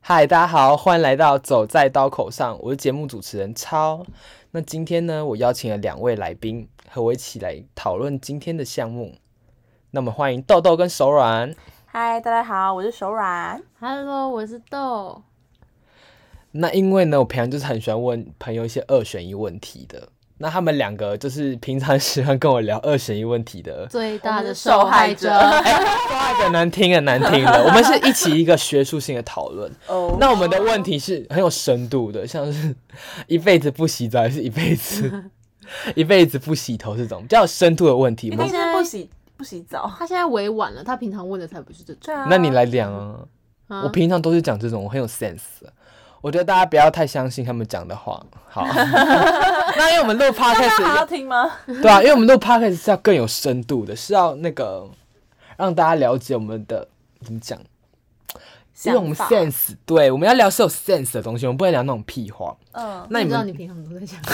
嗨，大家好，欢迎来到《走在刀口上》，我是节目主持人超。那今天呢，我邀请了两位来宾和我一起来讨论今天的项目。那么欢迎豆豆跟手软。嗨，大家好，我是手软。 Hello，我是豆。那因为呢，我平常就是很喜欢问朋友一些二选一问题的。那他们两个就是平常喜欢跟我聊二选一问题的，最大我的是受害者哎，说话很难听很难听的。我们是一起一个学术性的讨论。哦、那我们的问题是很有深度的，像是一辈子不洗澡，还是一辈子 一辈子不洗头这种比较有深度的问题。一我定们啊是不洗不洗澡。 他现在委婉了，他平常问的才不是这种。 对啊，那你来讲啊，啊我平常都是讲这种，我很有 sense。我觉得大家不要太相信他们讲的话。 好，那因为我们录那还要 podcast，听吗？对啊，因为我们录 podcast 是要更有深度的，是要那个让大家了解我们的怎么讲，因为我们想法 sense，对，我们要聊是有 sense 的东西，我们不能聊那种屁话。嗯，那你你知道们你平常都在讲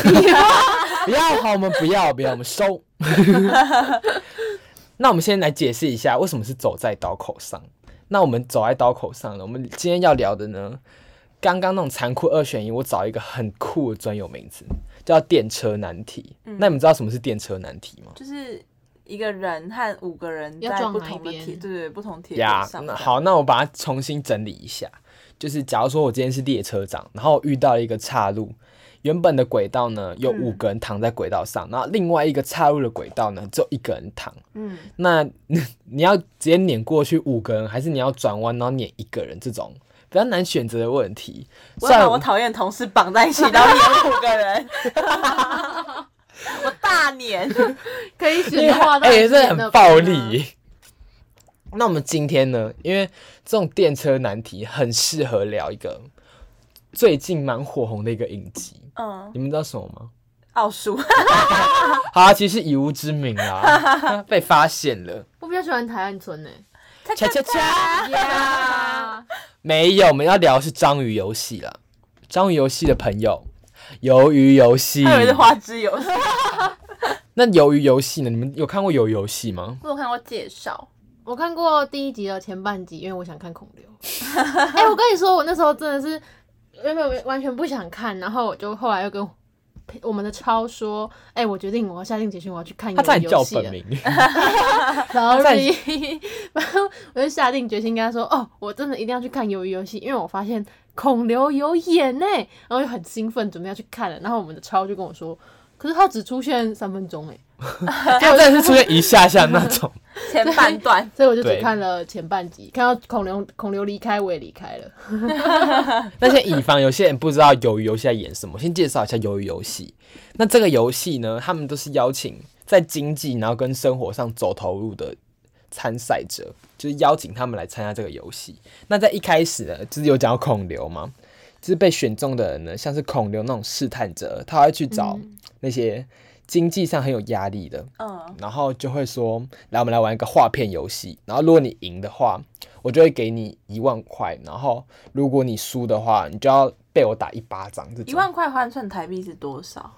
不要，好，我们不要，不要，我们收。 那我们先来解释一下，为什么是走在刀口上？那我们走在刀口上了，我们今天要聊的呢，刚刚那种残酷二选一，我找一个很酷的专有名词，叫电车难题。那你们知道什么是电车难题吗？就是一个人和五个人要在撞不哪一同的边铁，对对，不同铁呀轨上。那好，那我把它重新整理一下。就是假如说我今天是列车长，然后遇到了一个岔路，原本的轨道呢有嗯五个人躺在轨道上，然后另外一个岔路的轨道呢只有一个人躺。嗯，那 你要直接碾过去五个人，还是你要转弯然后碾一个人？这种比较难选择的问题。我要算把我讨厌的同事绑在一起，然后撵五个 人。我大撵，可以选的话，哎、这很暴耶。力。那我们今天呢？因为这种电车难题很适合聊一个最近蛮火红的一个影集，哦嗯，你们知道什么吗？奥数，好、啊，其实是以无之名 啊，被发现了。我比较喜欢台湾村呢。欸恰恰 恰，呀，没有，我们要聊的是章鱼游戏了。章鱼游戏的朋友，鱿鱼游戏，还有是花枝游戏。嗯那鱿鱼游戏呢？你们有看过鱿鱼游戏嗯吗？我有看过介绍， 我看过第一集的前半集，因为我想看孔刘。 哎，我跟你说，我那时候真的是原本完全不想看，然后我就后来又跟我们的超说，哎，我决定我要下定决心，我要去看他差鱿鱼点叫游戏啊本了。名， 在 sorry，然 后我就下定决心跟他说，哦，我真的一定要去看《鱿鱼游戏》，因为我发现孔刘有演呢，然后就很兴奋，准备要去看了。然后我们的超就跟我说，可是他只出现三分钟哎，他真的是出现一下下那种。前半段所以我就只对看了前半集，看到孔刘孔刘离开，我也离开了。那些以防有些人不知道鱿鱼游戏在演什么，先介绍一下鱿鱼游戏。那这个游戏呢，他们都是邀请在经济然后跟生活上走投入的参赛者，就是邀请他们来参加这个游戏。那在一开始呢，就是有讲到孔刘嘛，就是被选中的人呢，像是孔刘那种试探者，他会去找那些经济上很有压力的， 嗯，然后就会说，来，我们来玩一个画片游戏。然后如果你赢的话，我就会给你一万块。然后如果你输的话，你就要被我打一巴掌。这种一万块换算台币是多少？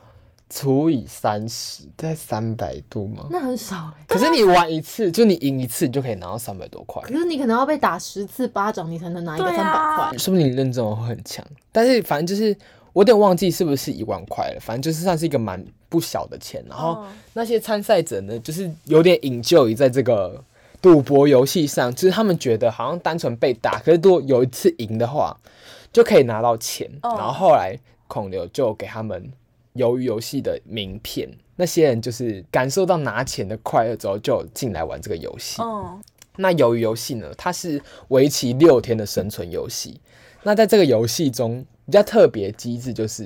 除以三十，大概三百度吗？那很少哎，可是你玩一次，就你赢一次，你就可以拿到三百多块。可是你可能要被打十次巴掌，你才能拿一个对三百啊块。说不定你认真的会很强。但是反正就是我有点忘记是不是一万块了，反正就是算是一个蛮不小的钱。然后哦那些参赛者呢，就是有点引咎于在这个赌博游戏上，就是他们觉得好像单纯被打，可是如果有一次赢的话，就可以拿到钱。哦然后后来孔刘就给他们鱿鱼游戏的名片。那些人就是感受到拿钱的快乐之后，就进来玩这个游戏。嗯，那鱿鱼游戏呢，它是为期六天的生存游戏。那在这个游戏中，比较特别机制就是，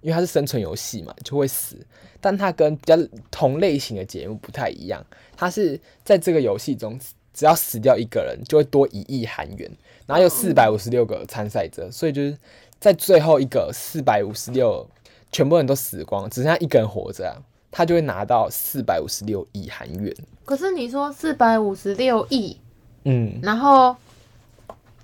因为它是生存游戏嘛，就会死。但它跟比较同类型的节目不太一样，它是在这个游戏中，只要死掉一个人，就会多一亿韩元。然后有四百五十六个参赛者，所以就是在最后一个四百五十六，全部人都死光，只剩下一个人活着、啊，他就会拿到四百五十六亿韩元。可是你说四百五十六亿，嗯，然后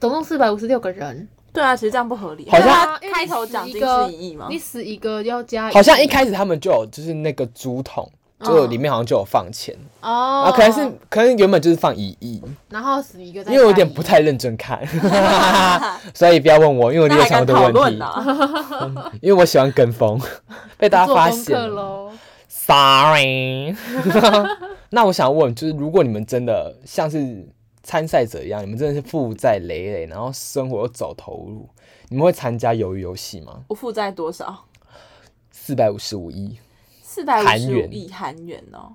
总共四百五十六个人，对啊，其实这样不合理。好像对啊因为开你头死奖一金个是一亿吗？你死一个要加，好像一开始他们就有就是那个竹筒，就里面好像就有放钱，哦，啊，可能是可能原本就是放一亿，然后死一个在，因为我有点不太认真看，所以不要问我，因为我那立还场敢的讨问论哦啊题， 呢？因为我喜欢跟风， 被大家做发功现课了。喽。 Sorry，那我想问，就是如果你们真的像是参赛者一样，你们真的是负债累累，然后生活又走投无路，你们会参加鱿鱼游戏吗？我负债多少？四百五十五亿，四百五韩十五元亿韩元哦。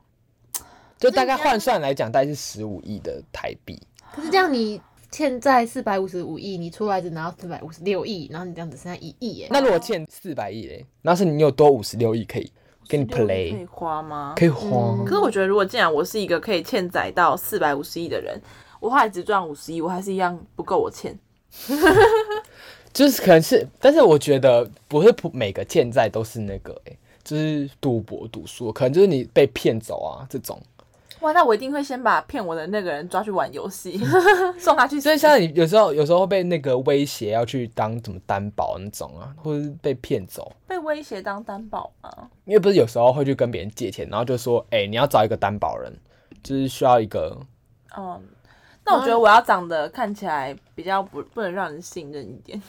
就大概换算来讲，大概是十五亿的台币。可是这样你欠债四百五十五亿，你出来只拿到四百五十六亿，然后你这样只剩下一亿耶。那如果欠四百亿嘞，那是你有多五十六亿可以给 你可以 play，花吗？可以花。嗯可是我觉得，如果既然我是一个可以欠载到四百五十亿的人，我后来只赚五十亿，我还是一样不够我欠。就是可能是，但是我觉得不是普每个欠债都是那个、欸，就是赌博赌输，可能就是你被骗走啊这种。哇，那我一定会先把骗我的那个人抓去玩游戏， 送他去死。所以像你有时候有时候会被那个威胁要去当什么担保那种啊，或者是被骗走，被威胁当担保吗？因为不是有时候会去跟别人借钱，然后就说，哎、你要找一个担保人，就是需要一个，嗯，那我觉得我要长得看起来比较不不能让人信任一点，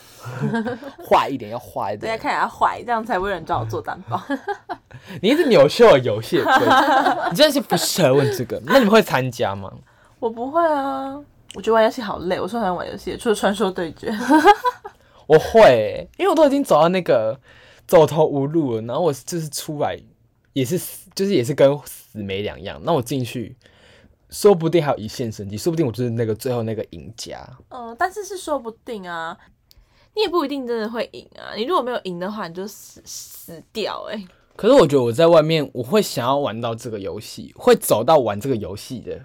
坏一点，要坏一对，要点。看起来坏，这样才会有人找我做担保。你一直扭曲我游戏的规则，你真的是不适合问这个。那你们会参加吗？我不会啊，我觉得玩游戏好累，我超喜欢玩游戏的，除了传说对决。 我会欸、因为我都已经走到那个走投无路了，然后我就是出来也是死就是也是跟死没两样。那我进去，说不定还有一线生机，说不定我就是那个最后那个赢家。嗯，但是是说不定啊，你也不一定真的会赢啊。你如果没有赢的话，你就死死掉哎、可是我觉得我在外面，我会想要玩到这个游戏，会走到玩这个游戏的，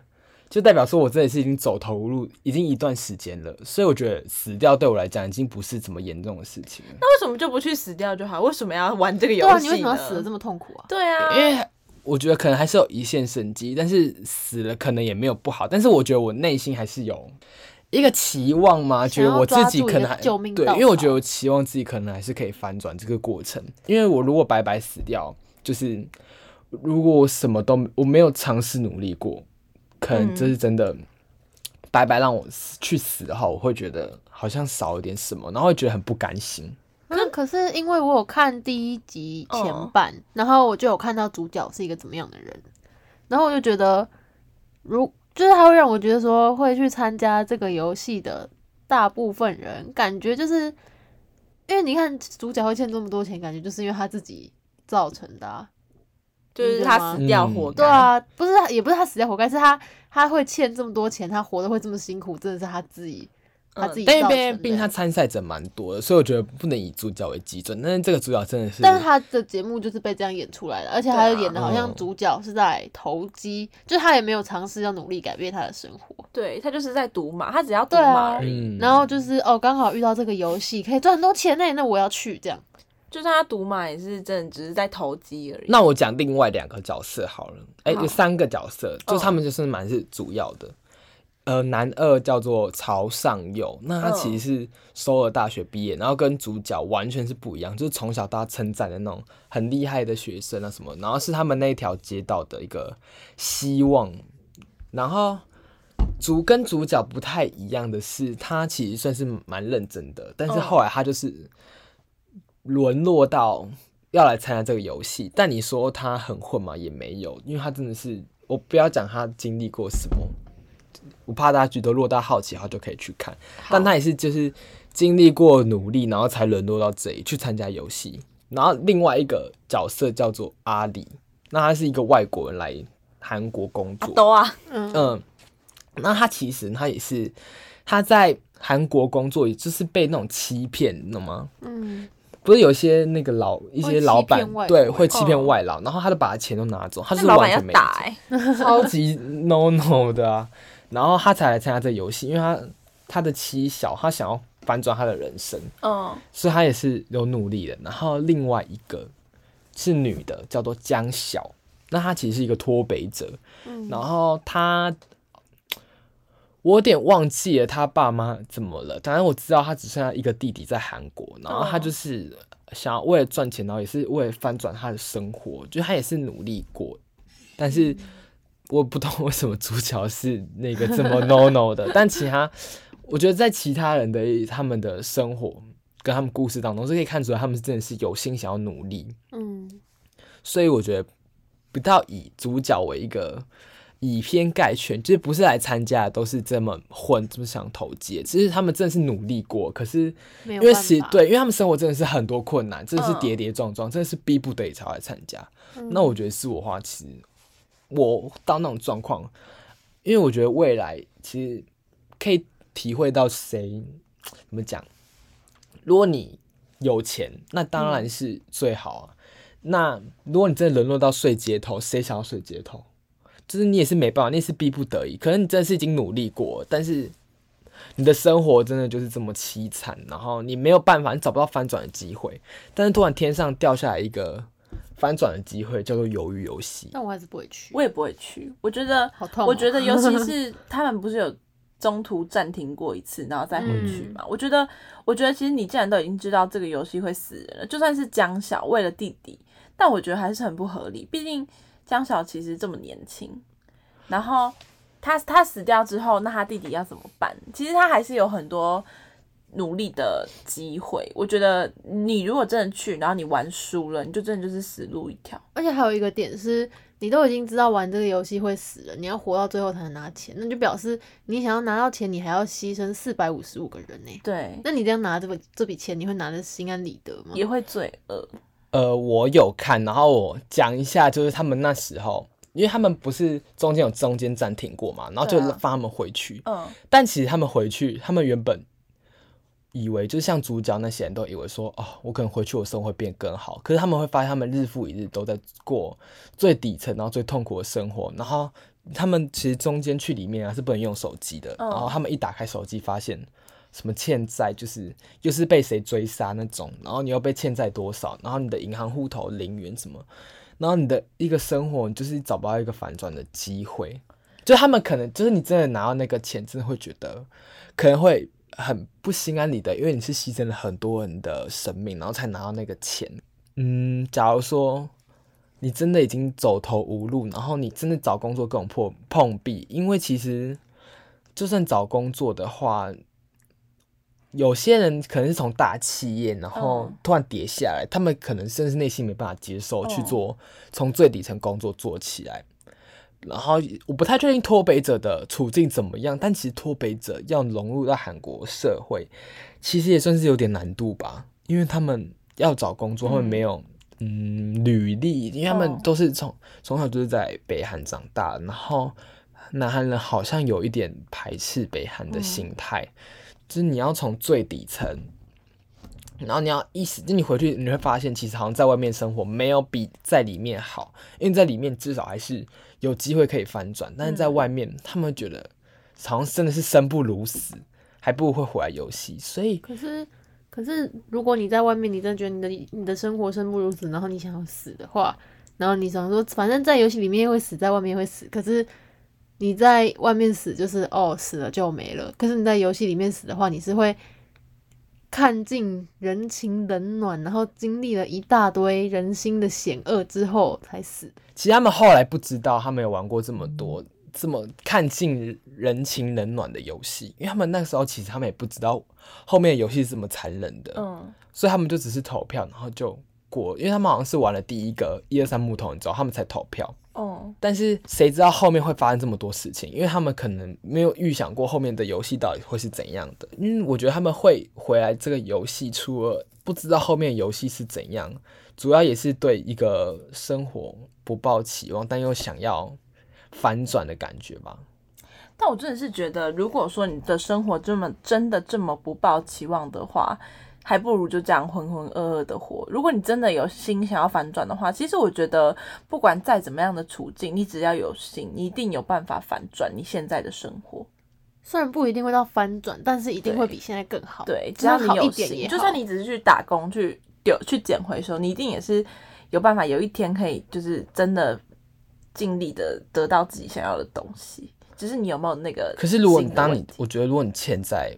就代表说我真的是已经走投无路，已经一段时间了。所以我觉得死掉对我来讲已经不是怎么严重的事情了，那为什么就不去死掉就好？为什么要玩这个游对戏呢？啊，你为什么要死的这么痛苦啊？对啊，因为我觉得可能还是有一线生机，但是死了可能也没有不好。但是我觉得我内心还是有一个期望嘛，觉想要得我自己可能抓还住一个救命稻对，草因为我觉得我期望自己可能还是可以翻转这个过程，因为我如果白白死掉，就是如果我什么都我没有尝试努力过，可嗯能这是真的。白白让我死去死的话，我会觉得好像少了点什么，然后会觉得很不甘心。那可是因为我有看第一集前半，然后我就有看到主角是一个怎么样的人，然后我就觉得，如就是他会让我觉得说会去参加这个游戏的大部分人，感觉就是因为你看主角会欠这么多钱，感觉就是因为他自己造成的、啊。就是他死嗯掉活该。对，啊，不是他也不是他死掉活该，是他他会欠这么多钱，他活得会这么辛苦，真的是他自己他自己造但因成的为毕竟他参赛者蛮多的，所以我觉得不能以主角为基准。但是这个主角真的是，但是他的节目就是被这样演出来的，而且他对啊又演的好像嗯主角是在投机，就是他也没有尝试要努力改变他的生活，对他就是在赌马，他只要赌啊马而已。嗯，然后就是哦，刚好遇到这个游戏可以赚很多钱呢，那我要去这样。就算他赌马也是真的，只是在投机而已。那我讲另外两个角色好了，哎、好有三个角色，就是哦他们就是蛮是主要的。呃，男二叫做朝上佑，那他其哦实是首尔大学毕业，然后跟主角完全是不一样，就是从小到大称赞的那种很厉害的学生啊什么，然后是他们那一条街道的一个希望。然后主跟主角不太一样的是，他其实算是蛮认真的，但是嗯后来他就是沦落到要来参加这个游戏。但你说他很混嘛，也没有，因为他真的是我不要讲他经历过什么， 我怕大家觉得落到好奇的话就可以去看，但他也是就是经历过努力，然后才沦落到这里去参加游戏。然后另外一个角色叫做阿里，那他是一个外国人来韩国工啊作，都啊，嗯，嗯，那他其实他也是他在韩国工作，也就是被那种欺骗，你懂吗？嗯，不是有些那个老一会些欺老板骗外对劳会欺骗嗯外劳，然后他就把他钱都拿走，他就那是老完板要全没打钱哎、 超级 no no 的啊，然后他才来参加这游戏，因为他他的妻小，他想要反转他的人生，嗯，所以他也是有努力的。然后另外一个是女的，叫做江晓，那她其实是一个脱北者，然后她我有点忘记了她爸妈怎么了，反正我知道她只剩下一个弟弟在韩国，然后她就是想要为了赚钱，然后也是为了翻转她的生活，就她也是努力过。但是我不懂为什么主角是那个这么 no no 的，但其他我觉得在其他人的他们的生活跟他们故事当中是可以看出来，他们真的是有心想要努力，嗯，所以我觉得不到以主角为一个以偏概全，就是不是来参加的都是这么混这么想投机的，其实他们真的是努力过，可是没有因为办其法，对，因为他们生活真的是很多困难，真的是嗯跌跌撞撞，真的是逼不得已才要来参加。嗯那我觉得是我的话，其实我到那种状况，因为我觉得未来其实可以体会到谁怎么讲，如果你有钱，那当然是最好啊。那如果你真的沦落到睡街头，谁想要睡街头？就是你也是没办法，你也是逼不得已。可能你真的是已经努力过了，但是你的生活真的就是这么凄惨，然后你没有办法，你找不到翻转的机会。但是突然天上掉下来一个翻转的机会，叫做鱿鱼游戏。但我还是不会去，我也不会去。我觉得，好痛哦我觉得尤其是他们不是有中途暂停过一次，然后再回去嘛？我觉得，我觉得其实你既然都已经知道这个游戏会死人了，就算是江晓为了弟弟，但我觉得还是很不合理。毕竟江晓其实这么年轻，然后他他死掉之后，那他弟弟要怎么办？其实他还是有很多。努力的机会，我觉得你如果真的去，然后你玩输了，你就真的就是死路一条。而且还有一个点是，你都已经知道玩这个游戏会死人，你要活到最后才能拿钱，那就表示你想要拿到钱，你还要牺牲四百五十五个人呢、对，那你这样拿这笔这笔钱，你会拿的心安理得吗？也会罪恶。呃，我有看，然后我讲一下，就是他们那时候，因为他们不是中间有中间暂停过嘛，然后就对啊放他们回去。嗯，但其实他们回去，他们原本以为，就是像主角那些人都以为说，哦，我可能回去我生活会变更好。可是他们会发现，他们日复一日都在过最底层，然后最痛苦的生活。然后他们其实中间去里面啊是不能用手机的。嗯然后他们一打开手机，发现什么欠债，就是又是被谁追杀那种，然后你又被欠债多少，然后你的银行户头零元什么，然后你的一个生活，你就是找不到一个反转的机会。就他们可能就是你真的拿到那个钱，真的会觉得可能会很不心安理得，因为你是牺牲了很多人的生命，然后才拿到那个钱。嗯，假如说你真的已经走投无路，然后你真的找工作各种破碰壁，因为其实就算找工作的话。有些人可能是从大企业，然后嗯突然跌下来，他们可能甚至内心没办法接受去哦做从最底层工作做起来。然后我不太确定脱北者的处境怎么样，但其实脱北者要融入到韩国社会，其实也算是有点难度吧，因为他们要找工作，他们嗯没有嗯履历，因为他们哦都是从从小就是在北韩长大，然后南韩人好像有一点排斥北韩的心态，就是你要从最底层。然后你要意识，就你回去你会发现，其实好像在外面生活没有比在里面好，因为在里面至少还是有机会可以翻转，但是在嗯外面、他们觉得好像真的是生不如死，还不如会回来游戏。所以可是，可是如果你在外面，你真的觉得你的你的生活生不如死，然后你想要死的话，然后你想说，反正在游戏里面会死，在外面会死，可是你在外面死就是哦死了就没了，可是你在游戏里面死的话，你是会。看尽人情冷暖，然后经历了一大堆人心的险恶之后才死。其实他们后来不知道，他们有玩过这么多这么看尽人情冷暖的游戏，因为他们那时候其实他们也不知道后面的游戏是这么残忍的，嗯，所以他们就只是投票，然后就过，因为他们好像是玩了第一个一二三木头，你知道，他们才投票。哦，但是谁知道后面会发生这么多事情？因为他们可能没有预想过后面的游戏到底会是怎样的。嗯，我觉得他们会回来这个游戏，除了不知道后面游戏是怎样，主要也是对一个生活不抱期望，但又想要反转的感觉吧。但我真的是觉得，如果说你的生活这么真的这么不抱期望的话，还不如就这样浑浑噩噩的活。如果你真的有心想要反转的话，其实我觉得，不管再怎么样的处境，你只要有心，你一定有办法反转你现在的生活。虽然不一定会到翻转，但是一定对会比现在更哦好。对，只只要要你好一有点也心，好。就算你只是去打工去丢去捡回收，你一定也是有办法，有一天可以就是真的尽力的得到自己想要的东西。只是你有没有那个可心是的如问题？果你当你，我觉得如果你欠债，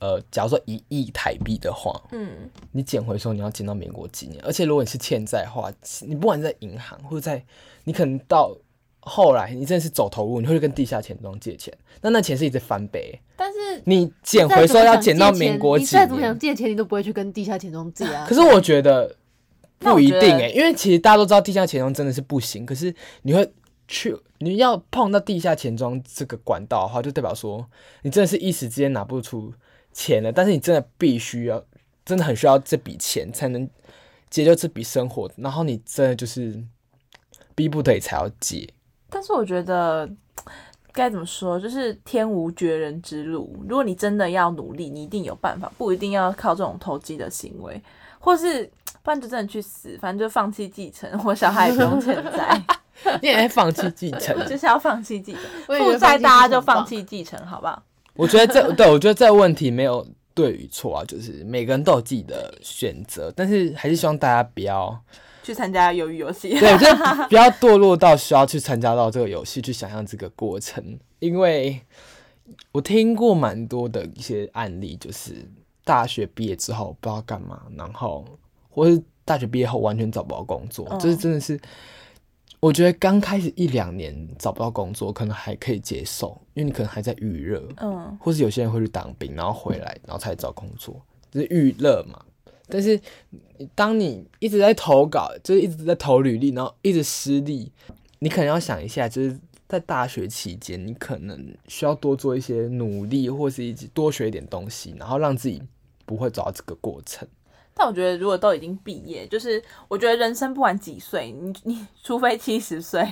呃，假如说一亿台币的话，嗯，你捡回收你要捡到民国几年？而且如果你是欠债的话，你不管在银行或者在，你可能到后来你真的是走投无路，你会去跟地下钱庄借钱，那那钱是一直翻倍，但是你捡回收要捡到民国你几再怎么年想？借钱，你都不会去跟地下钱庄借啊。可是我觉得那不我一觉定得哎、因为其实大家都知道地下钱庄真的是不行，可是你会去你要碰到地下钱庄这个管道的话，就代表说你真的是一时之间拿不出钱了，但是你真的必须要，真的很需要这笔钱才能解救这笔生活，然后你真的就是逼不得已才要借。但是我觉得该怎么说，就是天无绝人之路。如果你真的要努力，你一定有办法，不一定要靠这种投机的行为，或是不然就真的去死，反正就放弃继承， 我小孩也不用欠债， 你也在放弃继承，就是要放弃继承，我以负为债放弃大家继承就很棒放弃继承，好不好？我觉得这对我觉得这个问题没有对与错啊，就是每个人都有自己的选择，但是还是希望大家不要去参加鱿鱼游戏。对，就是不要堕落到需要去参加到这个游戏去想象这个过程，因为我听过蛮多的一些案例，就是大学毕业之后不知道干嘛，然后或是大学毕业后完全找不到工作，嗯就是真的是。我觉得刚开始一两年找不到工作，可能还可以接受，因为你可能还在预热，嗯，或是有些人会去当兵，然后回来，然后才找工作，就是娱乐嘛。但是你当你一直在投稿，就是一直在投履历，然后一直失利，你可能要想一下，就是在大学期间，你可能需要多做一些努力，或是一直多学一点东西，然后让自己不会走到这个过程。但我觉得如果都已经毕业，就是我觉得人生不管几岁，你你除非七十岁，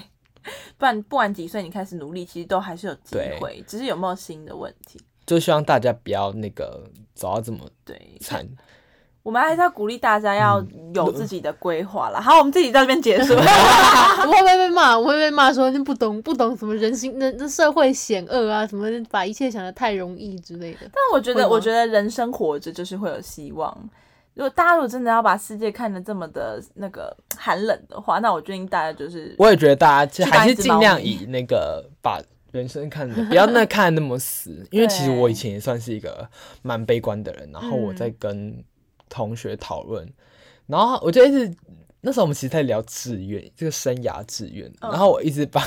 不然不管几岁你开始努力，其实都还是有机对会，只是有没有新的问题。就希望大家不要那个走到这么对，惨。我们还是要鼓励大家要有自己的规划啦。好，我们自己到这边结束。 我会不会被骂？我会被骂说你不懂不懂什么人心、那那社会险恶啊，什么把一切想得太容易之类的。但我觉会得，吗我觉得人生活着就是会有希望。如果大家如果真的要把世界看得这么的那个寒冷的话，那我建议大家就是我也觉得大家其实去当还是一只尽猫量咪以那个把人生看的不要那看得那么 死，因为其实对我以前也算是一个蛮悲观的人，然后我嗯在跟同学讨论，然后我就一直那时候我们其实在聊志愿这个生涯志愿，嗯然后我一直把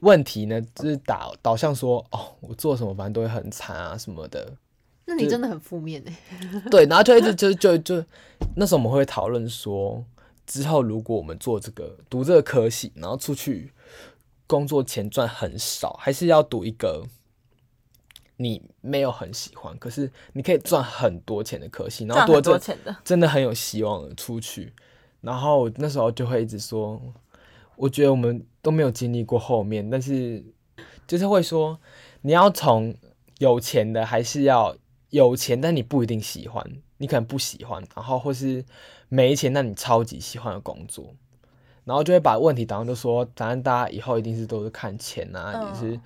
问题呢就是打导向说哦我做什么反正都会很惨啊什么的，那你真的很负面哎、 对，然后就一直就就就那时候我们会讨论说，之后如果我们做这个读这个科系，然后出去工作钱赚很少，还是要读一个你没有很喜欢，可是你可以赚很多钱的科系，然后赚读了很这个多钱的。 真的很有希望的出去。然后我那时候就会一直说，我觉得我们都没有经历过后面，但是就是会说，你要从有钱的还是要有钱，但你不一定喜欢，你可能不喜欢，然后或是没钱，但你超级喜欢的工作。然后就会把问题打上，就说，反正大家以后一定是都是看钱啊，嗯也是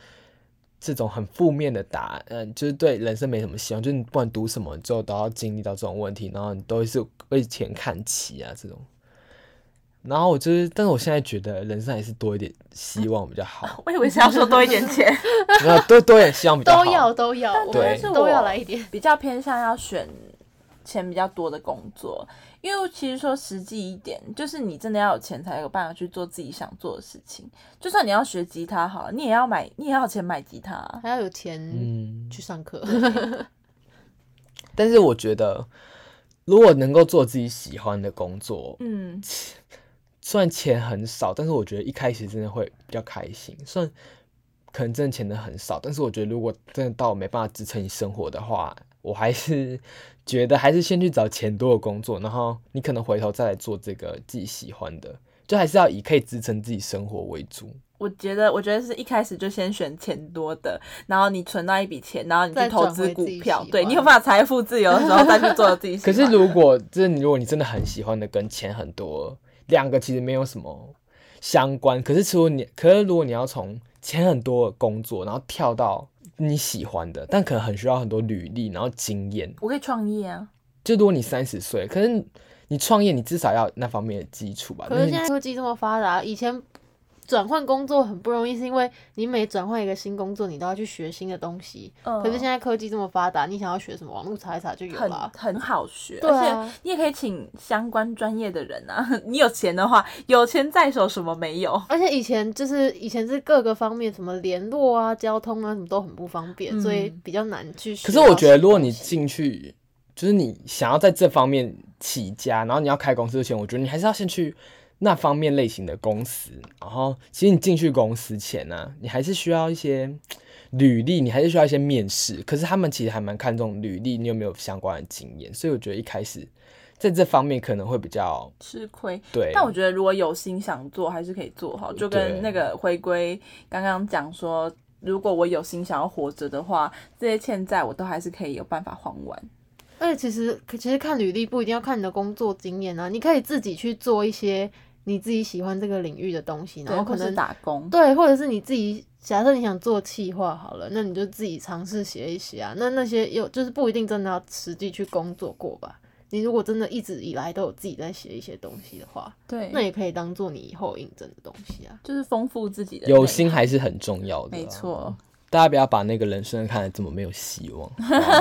这种很负面的答案，嗯，就是对人生没什么希望，就是你不管读什么，之后都要经历到这种问题，然后你都是为钱看齐啊这种。然后我就是，但是我现在觉得人生还是多一点希望比较好，我以为是要说多一点钱，没有多多一点希望比较好。都要都要，我对们但是我都要来一点。比较偏向要选钱比较多的工作，因为其实说实际一点，就是你真的要有钱才有办法去做自己想做的事情。就算你要学吉他好了，你也要买，你也要有钱买吉他啊、还要有钱嗯，去上课，但是我觉得如果能够做自己喜欢的工作，嗯，虽然钱很少，但是我觉得一开始真的会比较开心。虽然可能挣钱的很少，但是我觉得如果真的到没办法支撑你生活的话，我还是 觉得还是先去找钱多的工作，然后你可能回头再来做这个自己喜欢的，就还是要以可以支撑自己生活为主。我觉得，我觉得是一开始就先选钱多的，然后你存到一笔钱，然后你去再投转资回股自己票喜，对欢你有办法财富自由的时候再去做自己喜可欢是的。如果就是你如果你真的很喜欢的跟钱很多，两个其实没有什么相关。可是除了你，可是如果你要从钱很多的工作，然后跳到你喜欢的，但可能很需要很多履历，然后经验。我可以创业啊，就如果你三十岁，可是你创业，你至少要有那方面的基础吧。 可那是你现在科技这么发达，以前转换工作很不容易，是因为你每转换一个新工作，你都要去学新的东西。嗯可是现在科技这么发达，你想要学什么，网络查一查就有啊很啦。很好 学，对啊而且你也可以请相关专业的人啊。 你有钱的话，有钱在手，什么没有？而且以前就是以前是各个方面，什么联络啊、交通啊，什么都很不方便，嗯所以比较难去学可到是什么我东西。觉得，如果你进去，就是你想要在这方面起家，然后你要开公司之前，我觉得你还是要先去那方面类型的公司。然后，其实你进去公司前呢、你还是需要一些履历，你还是需要一些面试。可是他们其实还蛮看重履历，你有没有相关的经验。所以我觉得一开始在这方面可能会比较吃亏。对。啊但我觉得如果有心想做，还是可以做好。就跟对那个回归刚刚讲说，如果我有心想要活着的话，这些欠债我都还是可以有办法还完。而且其实其实看履历不一定要看你的工作经验啊，你可以自己去做一些你自己喜欢这个领域的东西，然对，后后可能打工。对，或者是你自己假设你想做企划好了，那你就自己尝试写一写啊。那那些有就是不一定真的要实际去工作过吧。你如果真的一直以来都有自己在写一些东西的话，对，那也可以当做你以后应征的东西啊。就是丰富自己的有内心还是很重要的、没错，大家不要把那个人生看得这么没有希望。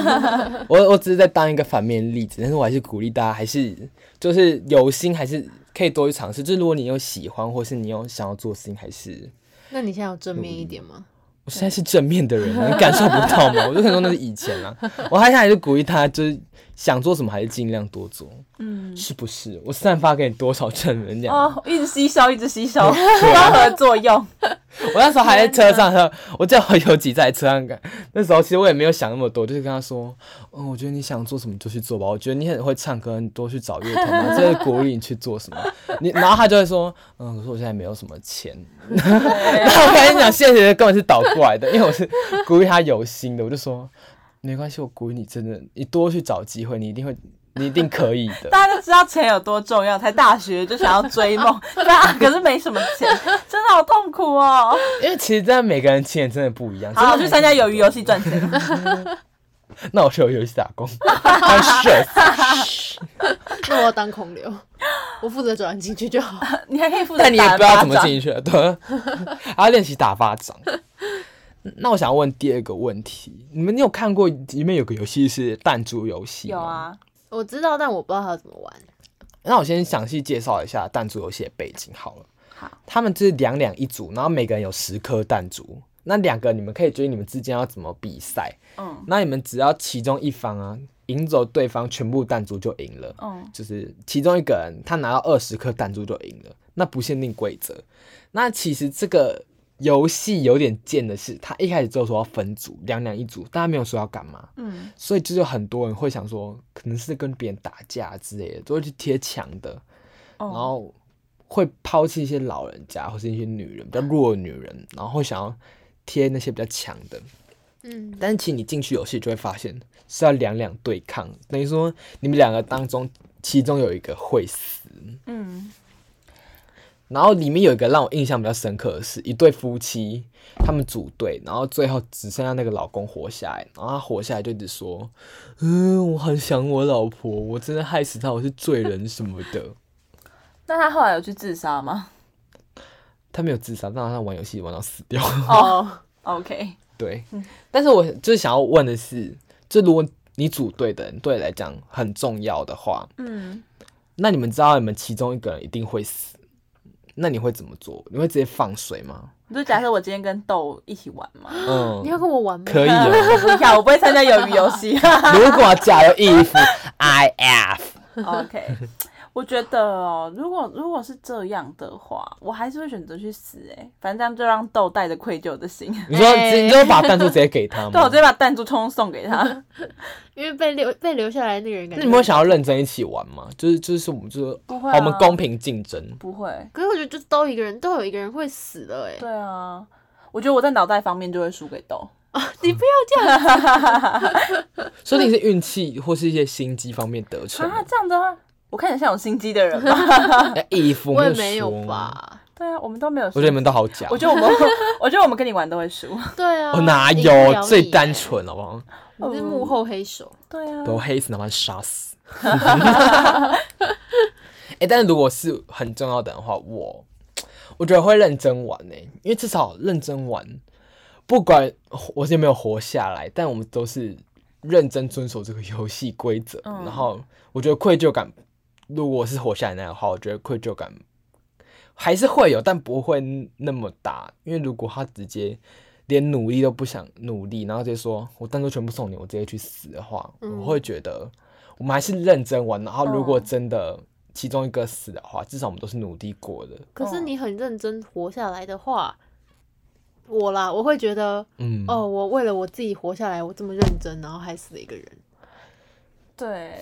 我我只是在当一个反面例子，但是我还是鼓励大家，还是就是有心，还是可以多去尝试。就是如果你有喜欢，或是你有想要做的事情，还是那你现在有正面一点吗？我现在是正面的人啊，你感受不到吗？我就可能说那是以前啊。我还想还是鼓励他，就是想做什么还是尽量多做，嗯。是不是？我散发给你多少正能量？哦，一直吸收，一直吸收， 光啊合作用。我那时候还在车上，他我记得我有几在车上干。那时候其实我也没有想那么多，就是跟他说，嗯，我觉得你想做什么就去做吧。我觉得你很会唱歌，你多去找乐团 嘛，这是鼓励你去做什么。你然后他就会说，嗯，可是我现在没有什么钱。啊 然后我跟你讲，现实根本是倒过来的，因为我是鼓励他有心的，我就说没关系，我鼓励你，真的，你多去找机会，你一定会，你一定可以的。 大家都知道钱有多重要，才大学就想要追 梦， 对啊，可是没什么钱，真的好痛苦哦。因为其实真的每个人起点真的不一样。好，我去参加游鱿鱼游戏赚钱。那我去游戏打工， 他社死。那我要当孔流， 我负责转进去就好。 你还可以负责 但你也不打巴掌，知道怎么进去，对， 还要练习打巴掌。 那我想问第二个问题，你们你有看过里面有个游戏是弹珠游戏？有。啊，我知道，但我不知道他怎么玩。那我先详细介绍一下弹珠游戏的背景好了。好，他们就是两两一组，然后每个人有十颗弹珠。那两个你们可以决定你们之间要怎么比赛。嗯那你们只要其中一方啊赢走对方全部弹珠就赢了。嗯，就是其中一个人他拿到二十颗弹珠就赢了，那不限定规则。那其实这个游戏有点贱的是，他一开始就说要分组，两两一组，大家没有说要干嘛，嗯，所以就是很多人会想说，可能是跟别人打架之类的，都会去贴墙的，然然后会抛弃一些老人家或是一些女人比较弱的女人，然后会想要贴那些比较强的。嗯，但是其实你进去游戏就会发现是要两两对抗，等于说你们两个当中其中有一个会死。嗯，然后里面有一个让我印象比较深刻的是，一对夫妻他们组队，然后最后只剩下那个老公活下来，然后他活下来就一直说：“嗯，我很想我老婆，我真的害死她，我是罪人什么的。那他后来有去自杀吗”他没有自杀，但他玩游戏玩到死掉。哦， ？OK，对嗯，但是我就是想要问的是，就如果你组队的人对你来讲很重要的话，嗯，那你们知道你们其中一个人一定会死，那你会怎么做？你会直接放水吗？你就假设我今天跟豆一起玩 嘛，你嗯，要跟我玩吗？可以哦。你看我不会参加鱿鱼游 戏。如果假如衣服 I F， OK，我觉得哦，如果如果是这样的话，我还是会选择去死哎、反正这样就让豆带着愧疚的心，你说哎你就把弹珠直接给他对我吗直？接把弹珠通通送给他。因为被留被留下来那个人那感觉。你们会想要认真一起玩吗？就是就是我们就是不会、啊，我们公平竞争，不会。可是我觉得就是都一个人，都有一个人会死的哎、对啊，我觉得我在脑袋方面就会输给豆。你不要这样，所以你是运气或是一些心机方面得逞啊吗。，这样的话，我看起来像有心机的人吧？哎衣服我也没没有说？吧？对啊，我们都没有输。我觉得你们都好假。我觉得我们， 我觉得我们跟你玩都会输。对啊，我哦哪赢不了有你最单，纯好不好？你是幕后黑手。对啊把，我黑死，哪怕杀死。 哎、但是如果是很重要的人的话，我我觉得会认真玩呢、因为至少认真玩，不管我是有没有活下来，但我们都是认真遵守这个游戏规则。嗯然后我觉得愧疚感，如果是活下来那样的话，我觉得愧疚感还是会有，但不会那么大。因为如果他直接连努力都不想努力，然后直接说我当初全部送你，我直接去死的话，嗯我会觉得我们还是认真玩。然后如果嗯真的其中一个死的话，至少我们都是努力过的。可是你很认真活下来的话，我啦，我会觉得，嗯，哦，我为了我自己活下来，我这么认真，然后还死了一个人。对，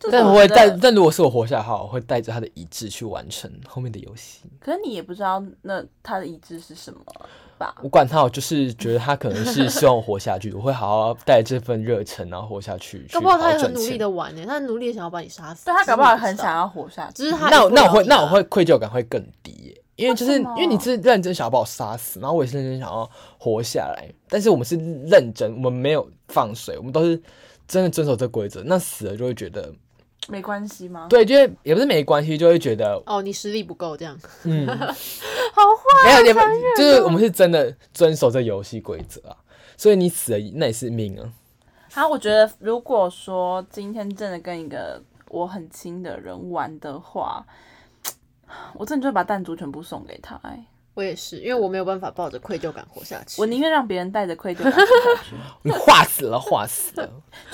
就是但我我会觉带，得但如果是我活下来的话，我会带着他的意志去完成后面的游戏。可是你也不知道那他的意志是什么吧？我管他，我就是觉得他可能是希望我活下去， 我会好好带这份热忱，然后活下去。搞不好他也去好好很赚努力钱的玩呢，他很努力的想要把你杀死。但他搞不好很想要，要活下去只。是他那我也不那我会了解那我啊哦会愧疚感会更低耶，因为就是为什么因为你是认真想要把我杀死，然后我也是认真想要活下来，但是我们是认真，我们没有放水，我们都是真的遵守这规则。那死了就会觉得，没关系吗？对，就是也不是没关系，就会觉 得哦，你实力不够这样，嗯，好坏没有也不就是我们是真的遵守这游戏规则啊，所以你死了那也是命啊。好，我觉得如果说今天真的跟一个我很亲的人玩的话，我真的就会把弹珠全部送给他、哎，我也是，因为我没有办法抱着愧疚感活下去。我宁愿让别人带着愧疚感活下去。你画死了，画死了，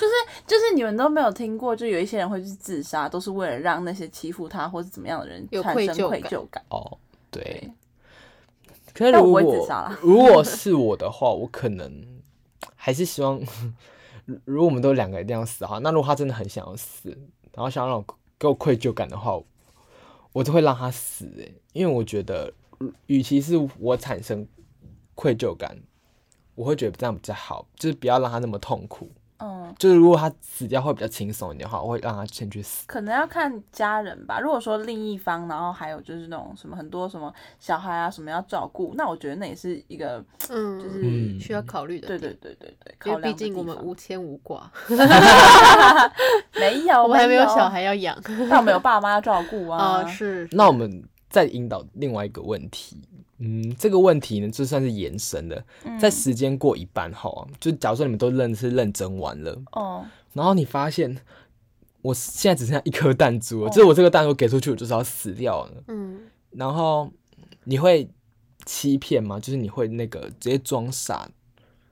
就是你们都没有听过，就有一些人会去自杀，都是为了让那些欺负他或是怎么样的人有产愧疚生愧感疚感。哦，对对。可是但如果我不会自杀啦如果是我的话，我可能还是希望，如如果我们都两个一定要死的话，那如果他真的很想要死，然后想要让我给我愧疚感的话，我就会让他死、欸，因为我觉得，嗯与其是我产生愧疚感，我会觉得这样比较好，就是不要让他那么痛苦。嗯，就是如果他死掉会比较轻松一点的话，我会让他先去死。可能要看家人吧。如果说另一方，然后还有就是那种什么很多什么小孩啊什么要照顾，那我觉得那也是一个嗯，就、就是是嗯需要考虑的对点，对对对对，因考为量毕的地竟我们方无牵无挂，没有， 我们还没有小孩，孩要 养但我们有爸妈要照顾啊。啊，是那我们再引导另外一个问题，嗯，这个问题呢，就算是延伸的，嗯在时间过一半后啊，就假如说你们都认是认真玩了，哦，然后你发现我现在只剩下一颗弹珠哦了，就是我这个弹珠给出去，我就是要死掉了，嗯，然后你会欺骗吗？就是你会那个直接装傻，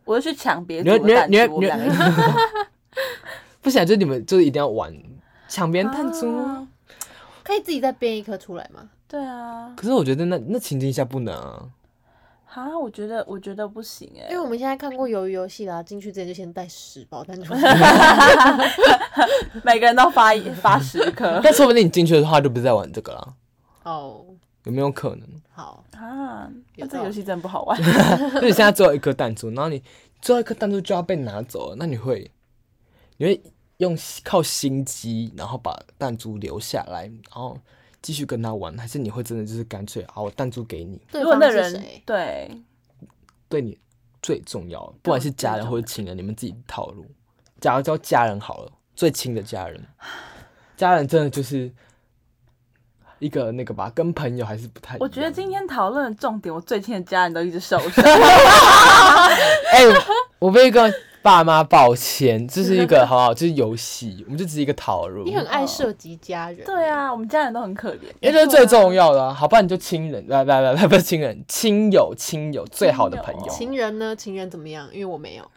我就去抢别你会组的弹你会珠，我啊你们会两你 个会， 不行啊，就是你们就是一定要玩抢别人弹珠吗？啊可以自己再编一颗出来吗？对啊，可是我觉得那那情境下不能啊。啊，我觉得我觉得不行哎、因为我们现在看过鱿鱼游戏啦，进去之前就先带十包弹珠， 每个人都发一发十 颗 但说不定你进去的话就不是在玩这个了，哦，有没有可能？好，啊，那有这道个游理戏真的不好玩。就你现在只有一颗弹珠，然后你最后一颗弹珠就要被拿走了，那你会，你会用靠心机，然后把弹珠留下来，然后继续跟他玩，还是你会真的就是干脆啊，我弹珠给你，对如果那方是人谁？对对你最重要，不管是家人或者亲人，你们自己套路。假如叫家人好了，最亲的家人，家人真的就是一个那个吧，跟朋友还是不太一样。我觉得今天讨论的重点，我最亲的家人都一直受 伤。哎、我被一个爸妈抱歉，这是一个好不好？就是游戏，我们就只是一个讨论，你很爱涉及家人，对，啊，我们家人都很可怜。因为这是最重要的、啊，好不然你就亲人，不不不不不是亲人，亲友亲友最好的朋友，情人呢？情人怎么样？因为我没有，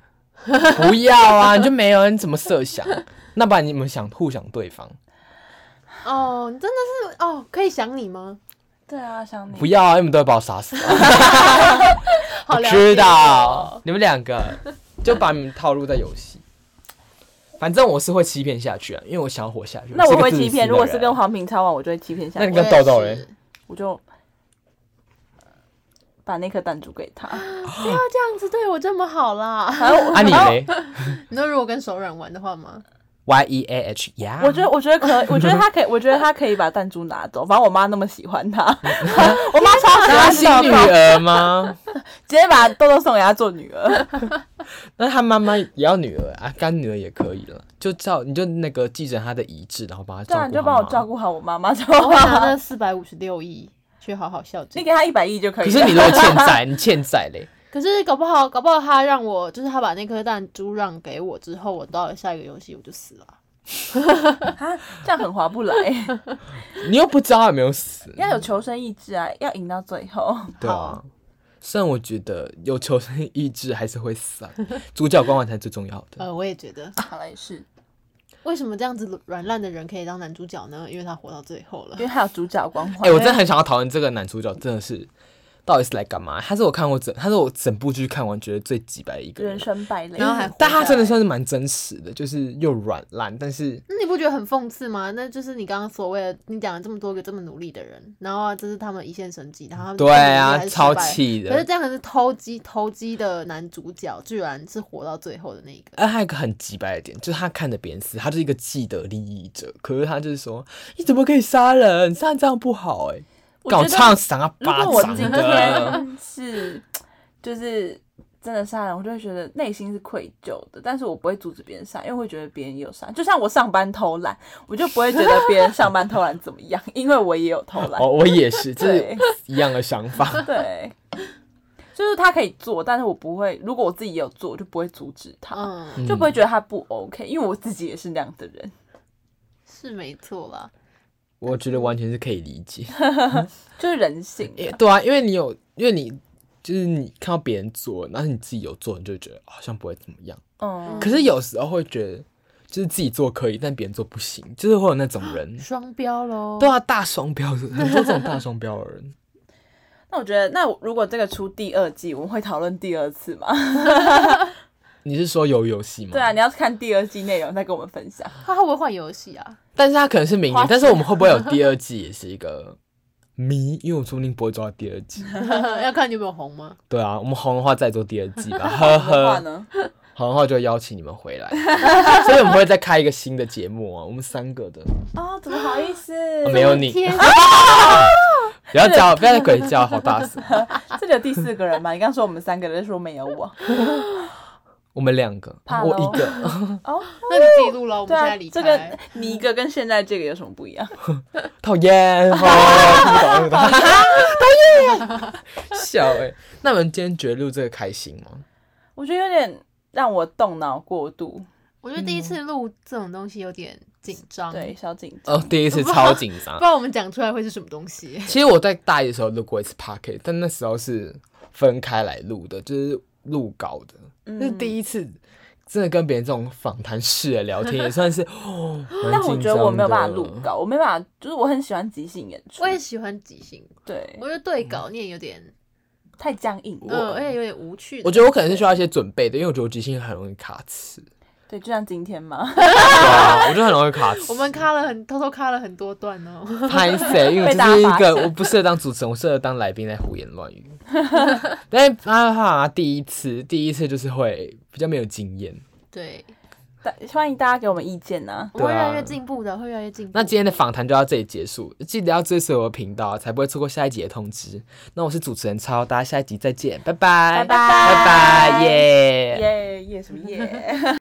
不要啊，你就没有，你怎么设想？ 那不然你们想互想对方，哦，你真的是哦，可以想你吗？对啊，想你不要啊，你们都会把我杀死、 好我了知解道哦，你们两个就把你们套路在游戏。反正我是会欺骗下去啊，因为我想要活下去。那是我个会自欺私骗，的如果是人跟黄平超完，我就会欺骗下那去你我跟豆也欸豆嘞是我就把那颗弹珠给他。不要这样子对我这么好啦。 反正我啊你 嘞你说如果跟手软玩的 话吗？ ？Y E A H 呀， 我觉得，我觉得可， 我觉得他可以，我觉得他可以把弹珠拿走。反正我妈那么喜欢他， 我妈超 喜她欢是豆女豆，儿吗？ 直接把豆豆送给他做女儿。那她妈妈也要女儿啊，干女儿也可以了，就照你就那个继承她的遗志，然后把她对照顾啊，好。你就帮我照。顾好我妈妈就我会拿好。那四百五十六亿去好好孝你敬。给他一百亿就可以可了。是你都欠债，你欠债嘞。可是搞不好，搞不好他让我，就是他把那颗弹珠让给我之后，我到了下一个游戏我就死了啊。啊，这样很划 不来，你又不知道他有没有死，要有求生意志啊，要赢到最 后。对啊。虽然我觉得有求生意志还是会死啊，主角光环才是最重要的。呃，我也觉得，好了，也是，为什么这样子软烂的人可以当男主角呢？因为他活到最后了因。为他有主角光哎、环。我真的很想要讨论这个男主角，真的是到底是来干嘛？他是我看过整，他是我整部剧看完觉得最几百的一个人人，生败类，然后还但他真的算是蛮真实的，就是又软烂，但是那你不觉得很讽刺吗？那就是你刚刚所谓的，你讲了这么多个这么努力的人，然后啊这是他们一线生机，然后他们对这么努力还啊，是超失败了气可是的。这样子是偷鸡偷鸡的男主角，居然是活到最后的那一个。而还有一个很几百的点，就是他看着别人死，他就是一个既得利益者。可是他就是说，你怎么可以杀人？杀人这样不好哎、我觉搞得唱赏他如巴果我掌今的。天 是就是真的杀人，我就会觉得内心是愧疚的，但是我不会阻止别人杀，因为会觉得别人也有杀。就像我上班偷懒，我就不会觉得别人上班偷懒怎么样，因为我也有偷懒哦，。我也 是，就是对一样的想法。 对，就是他可以做，但是我不会。如果我自己也有做，我就不会阻止他，嗯，就不会觉得他不 OK，因为我自己也是那样的人。是没错啦。我觉得完全是可以理解。就是人性啊、也对啊，因为你有，因为你就是你看到别人做，然后你自己有做，你就觉得好像不会怎么样。嗯，可是有时候会觉得，就是自己做可以，但别人做不行，就是会有那种人。双标哦嗯喽。对啊，大双标的很多这种大双标的人，那我觉得，那如果这个出第二季，我们会讨论第二次嗯吗？你是说有游戏吗？对啊，，你要看第二季内容再跟我们分享。他会不会换游戏啊？ 但是他可能是明花年，但是我们会不会有第二季也是一个谜，因为我说不定不会做到第二季。 要看你有没有红吗？对啊，我们红的话再做第二季 吧，呵我的话呵。呢？红的话就邀请你们回来， 所以我们会再开一个新的节目啊，我们三个的。啊，怎么好意思？哦没有你 啊天，不要叫，不要再鬼叫，好大 声！这里有第四个人嘛？你刚说我们三个人，说没有我。我们两个，怕我咯一个， 哦，那你自己录了，我对们现啊在离，这开。个你一个跟现在这个有什么不一样？讨厌，哦听不懂，听不懂， 讨厌，笑哎、那我们今天觉得录这个开心吗？我觉得有点让我动脑过度，我觉得第一嗯次录这种东西有点紧张，对，，小紧张。哦，第一次超紧张不。然我们讲出来会是什么东 西？其实我在大一的时候录过一次 p o c k e t 但那时候是分开来录的，就是录稿的，嗯那、是第一次。真的跟别人这种访谈式的聊天也算 是，哦、嗯蛮但我紧觉得我没有张办法的录稿，我没办法，就是我很喜欢即兴演出我，也喜欢即兴，对，我觉得对嗯稿念有点，太僵硬了，嗯，而且有点无趣。我觉得我可能是需要一些准备的，因为我觉得我即兴很容易卡 词，对，就像今天 嘛，对啊，我就很容易卡词。我们卡了很偷偷卡了很多段哦。拍 谁？因为我被就大是一发个现我不适合当主持人，我适合当来宾来胡言乱语。但是他他第一次，第一次就是会比较没有经验。对，大欢迎大家给我们意见呐、我们会越来对啊越进步的，会越来越进步。那今天的访谈就到这里结束，记得要追随我的频道，才不会错过下一集的通知。那我是主持人超，大家下一集再见，拜拜，拜拜拜拜，耶。耶耶什么耶？